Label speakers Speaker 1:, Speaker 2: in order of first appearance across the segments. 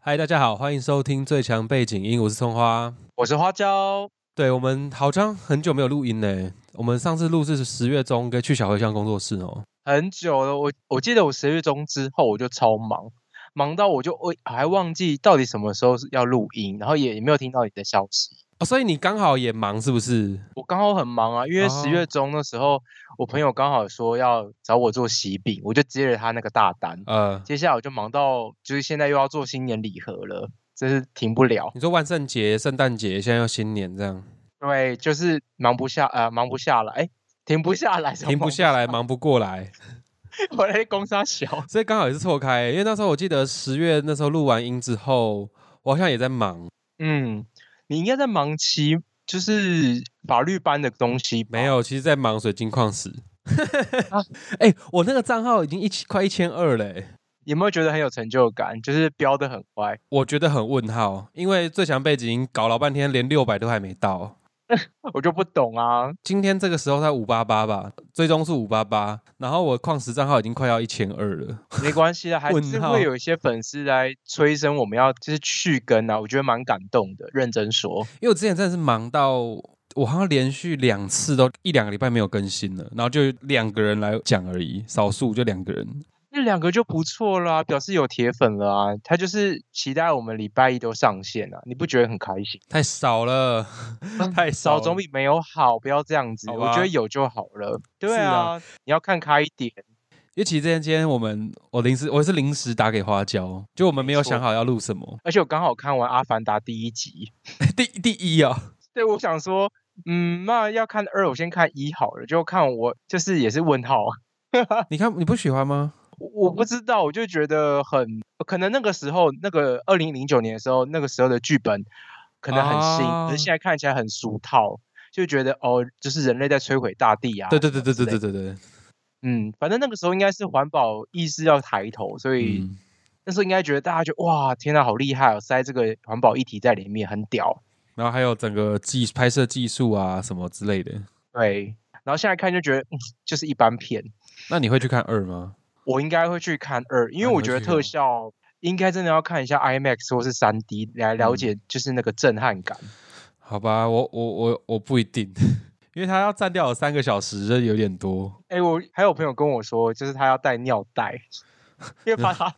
Speaker 1: 嗨，大家好，欢迎收听最强背景音，我是葱花。
Speaker 2: 我是花椒。
Speaker 1: 对我们好像很久没有录音呢，我们上次录是十月中跟去小茴香工作室哦。
Speaker 2: 很久了，我我记得我十月中之后我就超忙，忙到我就我还忘记到底什么时候是要录音，然后也也没有听到你的消息。
Speaker 1: 哦，所以你刚好也忙是不是？
Speaker 2: 我刚好很忙啊，因为
Speaker 1: 哦
Speaker 2: 十月中的时候，我朋友刚好说要找我做喜饼，我就接了他那个大单。
Speaker 1: 呃，
Speaker 2: 接下来我就忙到就是现在又要做新年礼盒了，真是停不了。
Speaker 1: 你说万圣节、圣诞节，现在要新年这样，
Speaker 2: 对，就是忙不下呃忙不下来，哎停不下来，
Speaker 1: 停不下来，。忙不过来，
Speaker 2: 我在攻杀小，
Speaker 1: 所以刚好也是错开。因为那时候我记得十月那时候录完音之后，我好像也在忙，
Speaker 2: 嗯，你应该在忙期，就是法律班的东西吧。
Speaker 1: 没有，其实在忙水晶矿石。 哎、我那个账号已经一千快一千二欸嘞。
Speaker 2: 有没有觉得很有成就感？就是标的很快，
Speaker 1: 我觉得很问号，因为最强背景搞老半天，连六百都还没到。
Speaker 2: 我就不懂啊。
Speaker 1: 今天这个时候才五八八吧，最终是五八八，然后我矿石账号已经快要一千二了。
Speaker 2: 没关系的，还
Speaker 1: 问
Speaker 2: 是
Speaker 1: 号
Speaker 2: 会有一些粉丝来催生我们要就是去跟啊，我觉得蛮感动的。认真说，
Speaker 1: 因为我之前真的是忙到，我好像连续两次都一两个礼拜没有更新了，然后就两个人来讲而已，少数就两个人。
Speaker 2: 那两个就不错啦，表示有铁粉了啊。他就是期待我们礼拜一都上线啊，你不觉得很开心？
Speaker 1: 太少了， 太少
Speaker 2: 嗯少
Speaker 1: 了，
Speaker 2: 总比没有好，不要这样子。
Speaker 1: 啊好
Speaker 2: 我觉
Speaker 1: 吧
Speaker 2: 得有就好了。对
Speaker 1: 是啊
Speaker 2: 啊，你要看开一点。
Speaker 1: 因为其实今天今天我们我临时我是临时打给花椒，就我们没有
Speaker 2: 没错
Speaker 1: 想好要录什么。
Speaker 2: 而且我刚好看完《阿凡达》第一集，
Speaker 1: 第第一哦，
Speaker 2: 对，我想说，嗯，那要看二，我先看一好了，就看我就是也是问号，
Speaker 1: 你看你不喜欢吗？
Speaker 2: 我
Speaker 1: 嗯
Speaker 2: 我不知道，我就觉得很可能那个时候那个二零零九年的时候，那个时候的剧本可能很新，可
Speaker 1: 啊
Speaker 2: 是现在看起来很俗套，就觉得哦，就是人类在摧毁大地啊，
Speaker 1: 对对对对对
Speaker 2: 之
Speaker 1: 对
Speaker 2: 类的，
Speaker 1: 对对，
Speaker 2: 嗯，反正那个时候应该是环保意识要抬头，所以、
Speaker 1: 嗯。
Speaker 2: 那时候应该觉得大家觉得哇，天呐，好厉害哦，塞这个环保议题在里面，很屌。
Speaker 1: 然后还有整个技拍摄技术啊什么之类的。
Speaker 2: 对，然后现在看就觉得、嗯、就是一般片。
Speaker 1: 那你会去看二吗？
Speaker 2: 我应该会去看二，因
Speaker 1: 啊你
Speaker 2: 为我
Speaker 1: 会
Speaker 2: 觉得
Speaker 1: 去
Speaker 2: 特
Speaker 1: 哦
Speaker 2: 效应该真的要看一下 IMAX 或是三 D 来了
Speaker 1: 嗯
Speaker 2: 解，就是那个震撼感。
Speaker 1: 好吧，我我我我不一定， 因为他要占掉我三个小时，这有点多。
Speaker 2: 哎、我还有朋友跟我说，就是他要带尿袋，因为 怕他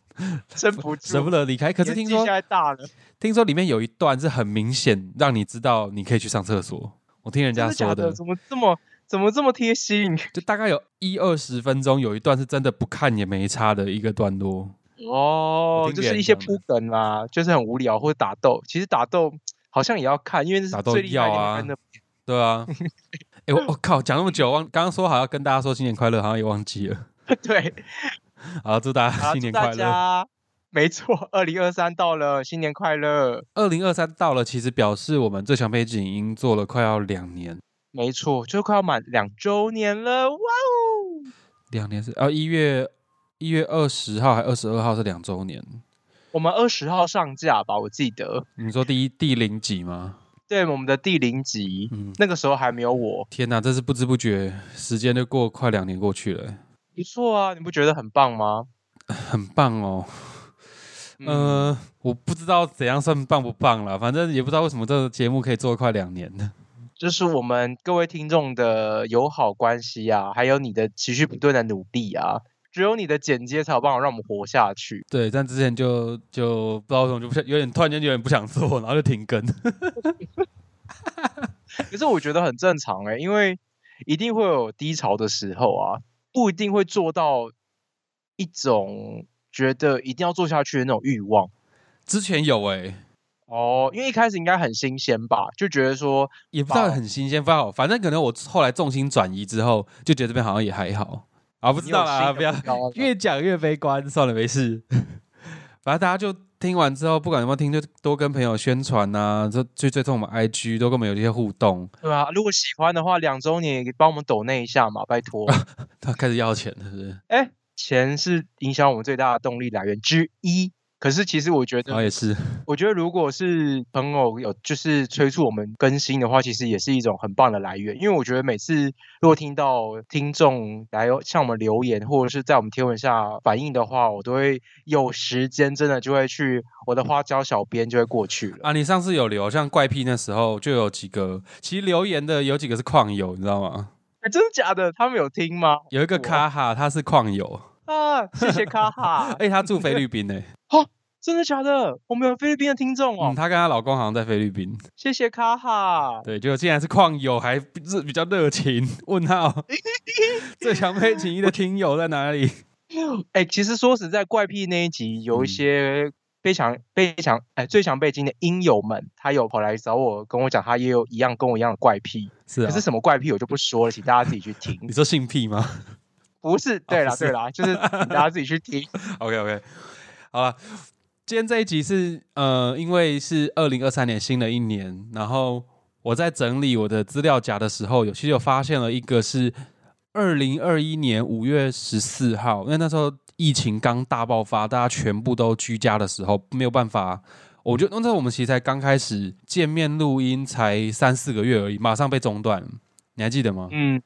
Speaker 2: 撑不住，
Speaker 1: 舍不得离开，可是
Speaker 2: 年
Speaker 1: 听
Speaker 2: 纪
Speaker 1: 说
Speaker 2: 现在大了，
Speaker 1: 听说里面有一段是很明显让你知道你可以去上厕所，我听人
Speaker 2: 真
Speaker 1: 家
Speaker 2: 的假
Speaker 1: 说的，
Speaker 2: 的？怎么这么怎么这么贴心？
Speaker 1: 就大概有一二十分钟，有一段是真的不看也没差的一个段落。
Speaker 2: 哦，
Speaker 1: 听
Speaker 2: 就
Speaker 1: 别
Speaker 2: 是
Speaker 1: 人
Speaker 2: 一些
Speaker 1: 讲的
Speaker 2: 铺梗啦、就是很无聊或者打斗，其实打斗。好像也要看，因为这
Speaker 1: 打
Speaker 2: 是
Speaker 1: 斗
Speaker 2: 最厉害
Speaker 1: 要
Speaker 2: 的
Speaker 1: 啊
Speaker 2: 看的。
Speaker 1: 对啊，哎、我我靠，讲那么久，忘刚刚说好要跟大家说新年快乐，好像也忘记了。
Speaker 2: 对，
Speaker 1: 好，祝大家
Speaker 2: 好，
Speaker 1: 新
Speaker 2: 祝
Speaker 1: 年
Speaker 2: 大
Speaker 1: 快乐！
Speaker 2: 家，没错，二零二三到了，新年快乐！
Speaker 1: 二零二三到了，其实表示我们最强背景已经做了快要两年，
Speaker 2: 没错，就快要满两周年了，哇哦！
Speaker 1: 两年是呃一月一月二十号还二十二号是两周年。
Speaker 2: 我们二十号上架吧，我记得。
Speaker 1: 你说第一第零集吗？
Speaker 2: 对，我们的第零集，
Speaker 1: 嗯，
Speaker 2: 那个时候还没有我，
Speaker 1: 天哪，这是不知不觉时间就过快两年过去了，
Speaker 2: 不错啊，你不觉得很棒吗？
Speaker 1: 很棒哦。
Speaker 2: 嗯，
Speaker 1: 呃，我不知道怎样算棒不棒了，反正也不知道为什么这个节目可以做快两年呢。
Speaker 2: 就是我们各位听众的友好关系啊，还有你的持续不断的努力啊，只有你的剪接才有办法让我们活下去。
Speaker 1: 对，但之前就就不知道为什么就不想，有点突然间有点不想做，然后就停更。
Speaker 2: 可是我觉得很正常哎、因为一定会有低潮的时候啊，不一定会做到一种觉得一定要做下去的那种欲望。
Speaker 1: 之前有哎、
Speaker 2: 哦，因为一开始应该很新鲜吧，就觉得说，
Speaker 1: 也不知道
Speaker 2: 爆
Speaker 1: 很新鲜，不好，反正可能我后来重心转移之后，就觉得这边好像也还好啊，不知道啦，不要
Speaker 2: 因为
Speaker 1: 越讲越悲观，算了，没事。 反正大家就听完之后，不管有没有听，就多跟朋友宣传呐、啊，就就追踪我们 IG，多跟我们有一些互动。
Speaker 2: 对啊，如果喜欢的话，两周年也帮我们抖那一下嘛，拜 托。
Speaker 1: 他开始要钱了，是不是？
Speaker 2: 哎，钱是影响我们最大的动力来源之一，可是其实我觉
Speaker 1: 然后
Speaker 2: 得，
Speaker 1: 也是，
Speaker 2: 我觉得如果是朋友有就是催促我们更新的话，其实也是一种很棒的来源。因为我觉得每次如果听到听众来哦向我们留言，或者是在我们贴文下反映的话，我都会有时间真的就会去我的花椒小编就会过去了。
Speaker 1: 啊，你上次有留，像怪癖那时候就有几个，其实留言的有几个是矿友，你知道吗？
Speaker 2: 哎真的假的？他们有听吗？
Speaker 1: 有一个
Speaker 2: 我
Speaker 1: 卡哈，他是矿友，
Speaker 2: 啊，谢谢卡哈。
Speaker 1: 哎，他住菲律宾呢、
Speaker 2: 真的假的？我们有菲律宾的听众哦，
Speaker 1: 嗯，她跟她老公好像在菲律宾，
Speaker 2: 谢谢卡哈。
Speaker 1: 对，就竟然是矿友，还是比较热情。问号，最强配情谊的听友在哪里？
Speaker 2: 哎、其实说实在，怪癖那一集有
Speaker 1: 嗯
Speaker 2: 一些非常非常哎、最强背景的音友们，他有跑来找我跟我讲，他也有一样跟我一样的怪癖，
Speaker 1: 是啊
Speaker 2: 可是，什么怪癖我就不说了，请大家自己去 听
Speaker 1: 你。说性癖吗
Speaker 2: 不是，对啦
Speaker 1: 哦不是
Speaker 2: 对啦，就是请大家自己去听。
Speaker 1: ？OK OK，好了，今天这一集是呃，因为是二零二三年新的一年，然后我在整理我的资料夹的时候，有其实有发现了一个是二零二一年五月十四号，因为那时候疫情刚大爆发，大家全部都居家的时候，没有办法。我觉得那时候我们其实才刚开始见面录音，才三四个月而已，马上被中断。你还记得吗？
Speaker 2: 嗯，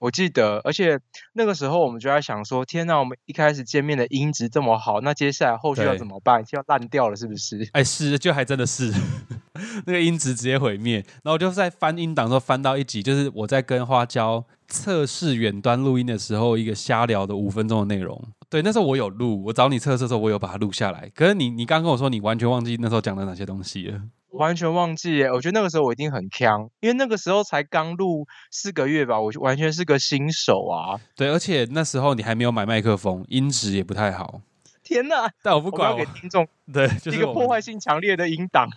Speaker 2: 我记得，而且那个时候我们就在想说，天呐，我们一开始见面的音质这么好，那接下来后续要
Speaker 1: 对
Speaker 2: 怎么办？要烂掉了是 不是？
Speaker 1: 哎，是，就还真的是 那个音质直接毁灭。然后我就在翻音档的时候翻到一集，就是我在跟花椒测试远端录音的时候，一个瞎聊的五分钟的内容。对，那时候我有录，我找你测试的时候，我有把它录下来。可是你，你刚跟我说你完全忘记那时候讲的哪些东西了。
Speaker 2: 完全忘记耶，我觉得那个时候我一定很呛，因为那个时候才刚录四个月吧，我就完全是个新手啊！
Speaker 1: 对，而且那时候你还没有买麦克风，音质也不太好。
Speaker 2: 天哪，
Speaker 1: 但我不
Speaker 2: 我
Speaker 1: 管
Speaker 2: 要
Speaker 1: 我，
Speaker 2: 给听众
Speaker 1: 对，就是
Speaker 2: 一个
Speaker 1: 我们
Speaker 2: 破坏性强烈的音档。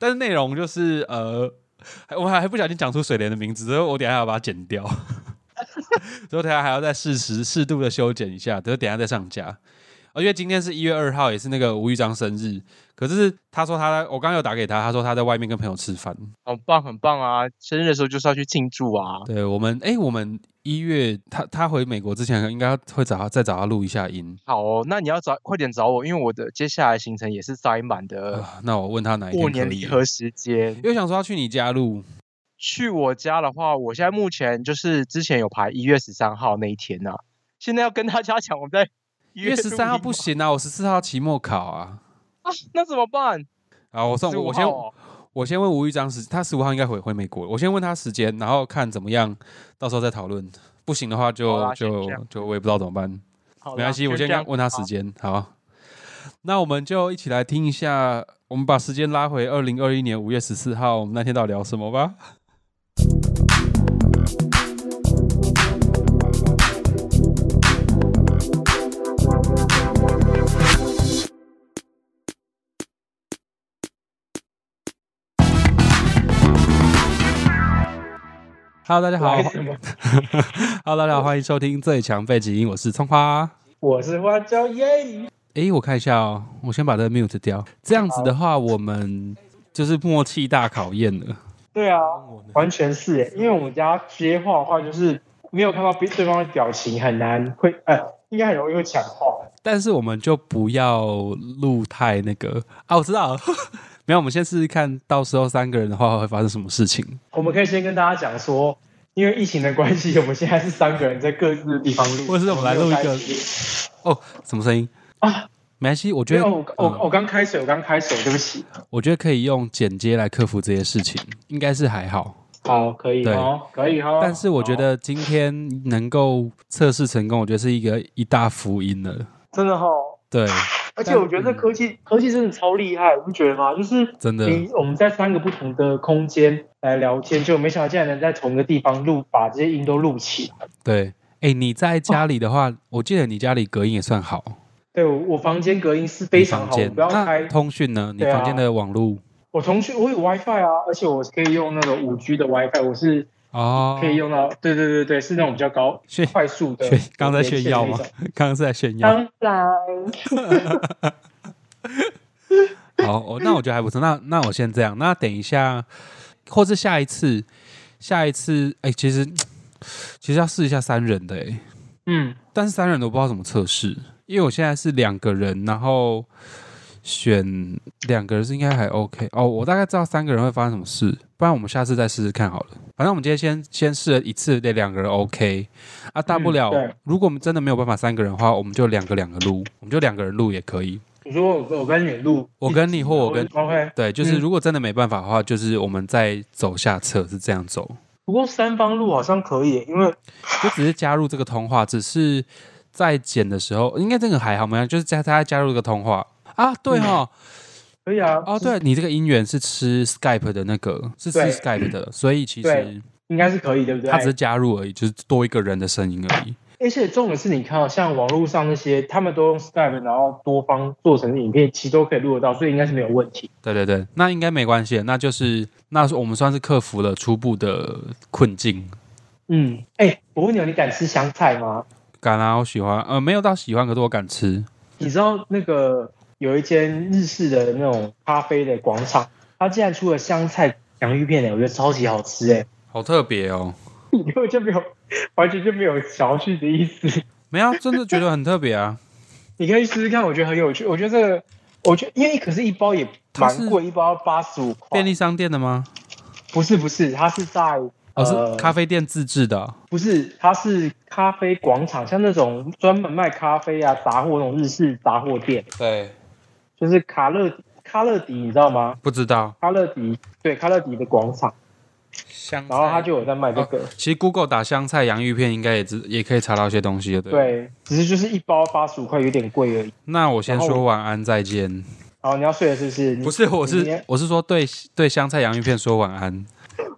Speaker 1: 但是内容就是呃， 还我还还不小心讲出水莲的名字，所以我等一下要把它剪掉， 所以我等一下还要再适时适度的修剪一下，等等一下再上架。而且今天是一月二号，也是那个吴玉章生日，可是他说他在我刚刚有打给他，他说他在外面跟朋友吃饭。
Speaker 2: 很棒，很棒啊！生日的时候就是要去庆祝啊！
Speaker 1: 对我们，哎、我们一月他他回美国之前应该会找他再找他录一下音
Speaker 2: 好哦，那你要找快点找我，因为我的接下来行程也是塞满
Speaker 1: 啊、
Speaker 2: 的
Speaker 1: 那我问他哪一天
Speaker 2: 过
Speaker 1: 可
Speaker 2: 年
Speaker 1: 以
Speaker 2: 离，合时间
Speaker 1: 因。为我想说要去你家录，
Speaker 2: 去我家的话，我现在目前就是之前有排一月十三号那一天啊，现在要跟大家讲我 们在一
Speaker 1: 因为十
Speaker 2: 录
Speaker 1: 三号
Speaker 2: 音
Speaker 1: 不
Speaker 2: 吗
Speaker 1: 行啊，我十四号期末考啊。
Speaker 2: 啊，那怎么办？
Speaker 1: 啊，我送
Speaker 2: 15
Speaker 1: 我先
Speaker 2: 号哦
Speaker 1: 我先问吴玉章时，他十五号应该回回美国，我先问他时间，然后看怎么样，到时候再讨论。不行的话
Speaker 2: 好
Speaker 1: 就
Speaker 2: 啦先
Speaker 1: 就
Speaker 2: 这样
Speaker 1: 就我也不知道怎么办，
Speaker 2: 好
Speaker 1: 没
Speaker 2: 啦
Speaker 1: 关系，我
Speaker 2: 就
Speaker 1: 先
Speaker 2: 这样
Speaker 1: 看问他时间。好，那我们就一起来听一下，我们把时间拉回二零二一年五月十四号，我们那天到底聊什么吧。Hello，大家好
Speaker 3: 为什么？
Speaker 1: ，Hello，大家好，欢迎收听最强背景音，我是葱花。
Speaker 3: 我是花椒耶！
Speaker 1: 诶，我看一下哦，我先把这个 mute 掉。这样子的话，我们就是默契大考验了。
Speaker 3: 对啊，完全是耶，因为我们家接话的话，就是没有看到对方的表情，很难会呃，应该很容易会抢话。
Speaker 1: 但是我们就不要录太那个啊，我知道了， 没有，我们先试试看，到时候三个人的话会发生什么事情。
Speaker 3: 我们可以先跟大家讲说，因为疫情的关系，我们现在是三个人在各自的地方录，
Speaker 1: 或者是我们来录一个
Speaker 3: 没有在起
Speaker 1: 哦，什么声音
Speaker 3: 啊？
Speaker 1: 没关系，我
Speaker 3: 没
Speaker 1: 觉
Speaker 3: 有，
Speaker 1: 得
Speaker 3: 我我
Speaker 1: 嗯
Speaker 3: 我刚开水，我刚开水，对不起。
Speaker 1: 我觉得可以用剪接来克服这些事情，应该是还好。
Speaker 3: 好，可以
Speaker 1: 对
Speaker 3: 哦，可以哦。
Speaker 1: 但是我觉得今天能够测试成功，我觉得是一个一大福音了。
Speaker 3: 真的哦，
Speaker 1: 对，
Speaker 3: 而且我觉得这科技科技真的超厉害，你不觉得吗？就是
Speaker 1: 嗯真的，
Speaker 3: 你我们在三个不同的空间来聊天，就没想到竟然能在同一个地方录，把这些音都录起来。
Speaker 1: 对。哎，你
Speaker 3: 哦
Speaker 1: 在家里的话，我记得你家里隔音也算好，
Speaker 3: 对我，我房间隔音是非常
Speaker 1: 你嗯房
Speaker 3: 好，我
Speaker 1: 间
Speaker 3: 不要
Speaker 1: 那
Speaker 3: 开。
Speaker 1: 通讯呢？你
Speaker 3: 对啊
Speaker 1: 房间的网络
Speaker 3: 我同学我有 WiFi 啊，而且我可以用那个五 G 的 WiFi，我是
Speaker 1: 哦，
Speaker 3: 可以用到。对对对对，是那种比较高
Speaker 1: 炫
Speaker 3: 快速的
Speaker 1: 炫， 刚才炫
Speaker 3: 连线
Speaker 1: 耀
Speaker 3: 那
Speaker 1: 吗
Speaker 3: 种？
Speaker 1: 刚刚是在炫耀。
Speaker 3: 当然，
Speaker 1: 好，哦，那我觉得还不错。那那我先这样。那等一下，或是下一次，下一次，哎、其实其实要试一下三人的、哎，
Speaker 3: 嗯，
Speaker 1: 但是三人的我不知道怎么测试，因为我现在是两个人，然后选两个人是应该还 OK 哦。我大概知道三个人会发生什么事，不然我们下次再试试看好了。反正我们今天先先试了一次，得两个人 OK 啊，大不
Speaker 3: 嗯
Speaker 1: 了、
Speaker 3: 对
Speaker 1: 如果我们真的没有办法三个人的话，我们就两个两个录，我们就两个人录也可以。
Speaker 3: 你说我我跟你录，
Speaker 1: 我跟你或我跟
Speaker 3: OK。
Speaker 1: 对，就是
Speaker 3: 嗯
Speaker 1: 如果真的没办法的话，就是我们再走下策是这样走，
Speaker 3: 不过三方录好像可以，因为
Speaker 1: 就只是加入这个通话，只是在剪的时候，应该这个还好没有，就是加大家加入这个通话啊，对哦，
Speaker 3: 可以啊，
Speaker 1: 哦，，对你这个音源是吃 Skype 的那个，是吃
Speaker 3: 对
Speaker 1: Skype 的，所以其实
Speaker 3: 对应该是可以，对不对？哎
Speaker 1: 它只是加入而已，就是多一个人的声音而已。
Speaker 3: 而且重点是，你看、哦，像网络上那些，他们都用 Skype，然后多方做成影片，其实都可以录得到，所以应该是没有问题。
Speaker 1: 对对对，那应该没关系，那就是那是我们算是克服了初步的困境。
Speaker 3: 嗯，哎、我问你哦，你敢吃香菜吗？
Speaker 1: 敢啊，我喜欢，呃，没有到喜欢，可是我敢吃。
Speaker 3: 你知道那个有一间日式的那种咖啡的广场，它竟然出了香菜洋芋片呢，我觉得超级好吃哎，
Speaker 1: 好特别哦！
Speaker 3: 你根本就没有，完全就没有想要去的意思。
Speaker 1: 没有啊，真的觉得很特别 啊。
Speaker 3: 你可以试试看，我觉得很有趣。我觉得这个，我觉得因为可是一包也
Speaker 1: 它是
Speaker 3: 蛮贵，一包八十五块
Speaker 1: 便。利商店的吗？
Speaker 3: 不是不是，它是在
Speaker 1: 哦，
Speaker 3: 呃
Speaker 1: 是咖啡店自制的哦、
Speaker 3: 不是，它是咖啡广场，像那种专门卖咖啡啊、杂货那种日式杂货店，
Speaker 1: 对，
Speaker 3: 就是卡乐卡乐迪，你知道吗？
Speaker 1: 不知道。
Speaker 3: 卡乐迪，对，卡乐迪的广场，
Speaker 1: 香
Speaker 3: 然后他就有在卖这个，
Speaker 1: 其实 Google 打香菜洋芋片应该也知也可以查到一些东西的。对不对。
Speaker 3: 对，只是就是一包八十五块，有点贵而已。
Speaker 1: 那我先
Speaker 3: 然后
Speaker 1: 说晚安再见。
Speaker 3: 然后你要睡了是不是？
Speaker 1: 不是，我
Speaker 3: 你
Speaker 1: 是我是说对对香菜洋芋片说晚安，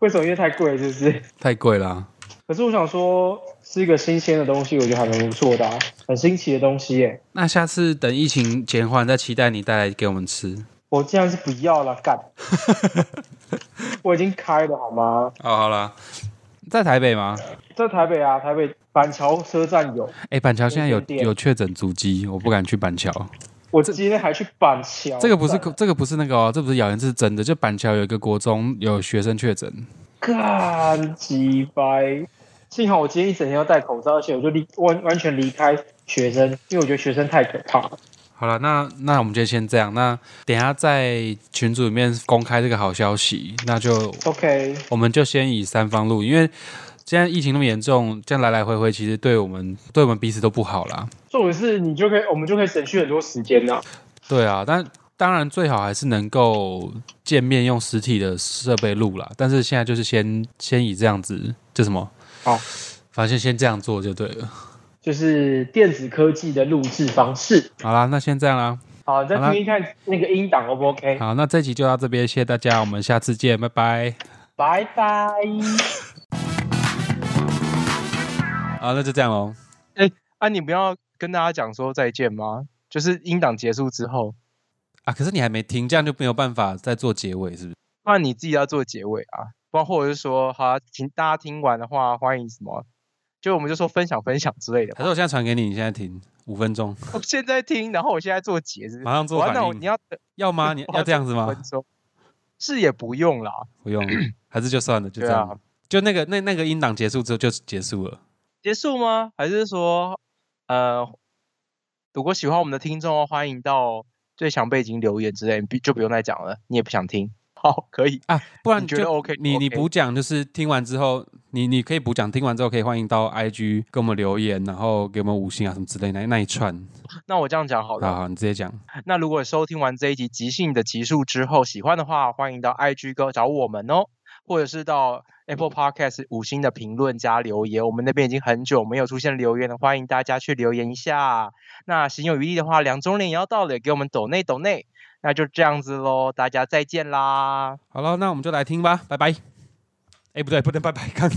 Speaker 3: 为什么因为太贵了是不是？
Speaker 1: 太贵了啊、
Speaker 3: 可是我想说，吃一个新鲜的东西，我觉得还蛮不错的、啊，很新奇的东西耶。
Speaker 1: 那下次等疫情减缓再期待你带来给我们吃。
Speaker 3: 我竟然是不要了，干！我已经开了好吗？
Speaker 1: 哦，好啦，在台北吗？
Speaker 3: 在台北啊，台北板桥车站有，
Speaker 1: 哎，板桥现在有
Speaker 3: 有一间哦店
Speaker 1: 有确诊足迹，我不敢去板桥。
Speaker 3: 我今天还去板桥。
Speaker 1: 这个不是这个不是那个哦，这不是谣言，这是真的。就板桥有一个国中有学生确诊，
Speaker 3: 干鸡掰，幸好我今天一整天要戴口罩，而且我就离完完全离开学生，因为我觉得学生太可怕了。
Speaker 1: 好了，那那我们就先这样。那等一下在群组里面公开这个好消息，那就
Speaker 3: OK，
Speaker 1: 我们就先以三方路，因为现在疫情那么严重，这样来来回回，其实对我们对我们彼此都不好啦。
Speaker 3: 重点是你就可以，我们就可以省去很多时间呐、
Speaker 1: 对啊，但当然最好还是能够见面用实体的设备录啦。但是现在就是先先以这样子，就什么
Speaker 3: 好，
Speaker 1: 反正先这样做就对了。
Speaker 3: 就是电子科技的录制方式。
Speaker 1: 好啦，那先这样啦。
Speaker 3: 好，你再
Speaker 1: 好啦
Speaker 3: 听听看那个音档 O 不 OK？
Speaker 1: 好，那这集就到这边，谢谢大家，我们下次见，拜拜。
Speaker 3: 拜拜。
Speaker 1: 好，那就这样喽。
Speaker 2: 啊，你不要跟大家讲说再见吗？就是音档结束之后，
Speaker 1: 啊，可是你还没听，这样就没有办法再做结尾，是不是？
Speaker 2: 那你自己要做结尾啊，包括或者是说，好啊，听大家听完的话，欢迎什么，就我们就说分享分享之类的
Speaker 1: 还。是我现在传给你，你现在听五分钟，
Speaker 2: 我现在听，然后我现在做结，是不是
Speaker 1: 马上做
Speaker 2: 哇
Speaker 1: 反
Speaker 2: 那我
Speaker 1: 应
Speaker 2: 你要 等
Speaker 1: 要 吗？你
Speaker 2: 我
Speaker 1: 要这样子
Speaker 2: 等五
Speaker 1: 吗
Speaker 2: 分？钟是也不用啦，
Speaker 1: 不 用，还是就算了，就
Speaker 2: 对
Speaker 1: 这
Speaker 2: 啊
Speaker 1: 样。，就那个那那个音档结束之后就结束了。
Speaker 2: 结束吗？还是说，呃，如果喜欢我们的听众哦，欢迎到最强背景留言之类，你不就不用再讲了，你也不想听。好，可以，
Speaker 1: 啊，不然
Speaker 2: 你
Speaker 1: 就
Speaker 2: 觉得 OK 就
Speaker 1: 你你
Speaker 2: OK
Speaker 1: 补讲就是听完之后，你你可以补讲，听完之后可以欢迎到 IG 给我们留言，然后给我们五星啊什么之类的那那一串。
Speaker 2: 那我这样讲好了。
Speaker 1: 好好，你直接讲。
Speaker 2: 那如果收听完这一集即兴的集数之后，喜欢的话，欢迎到 IG 哥找我们哦，或者是到 Apple Podcast 五星的评论加留言。我们那边已经很久没有出现留言了，欢迎大家去留言一下。那行有余力的话，两周年也要到了，给我们抖内抖内。那就这样子喽，大家再见啦。
Speaker 1: 好了，那我们就来听吧，拜拜。哎，不对，不能拜拜，刚。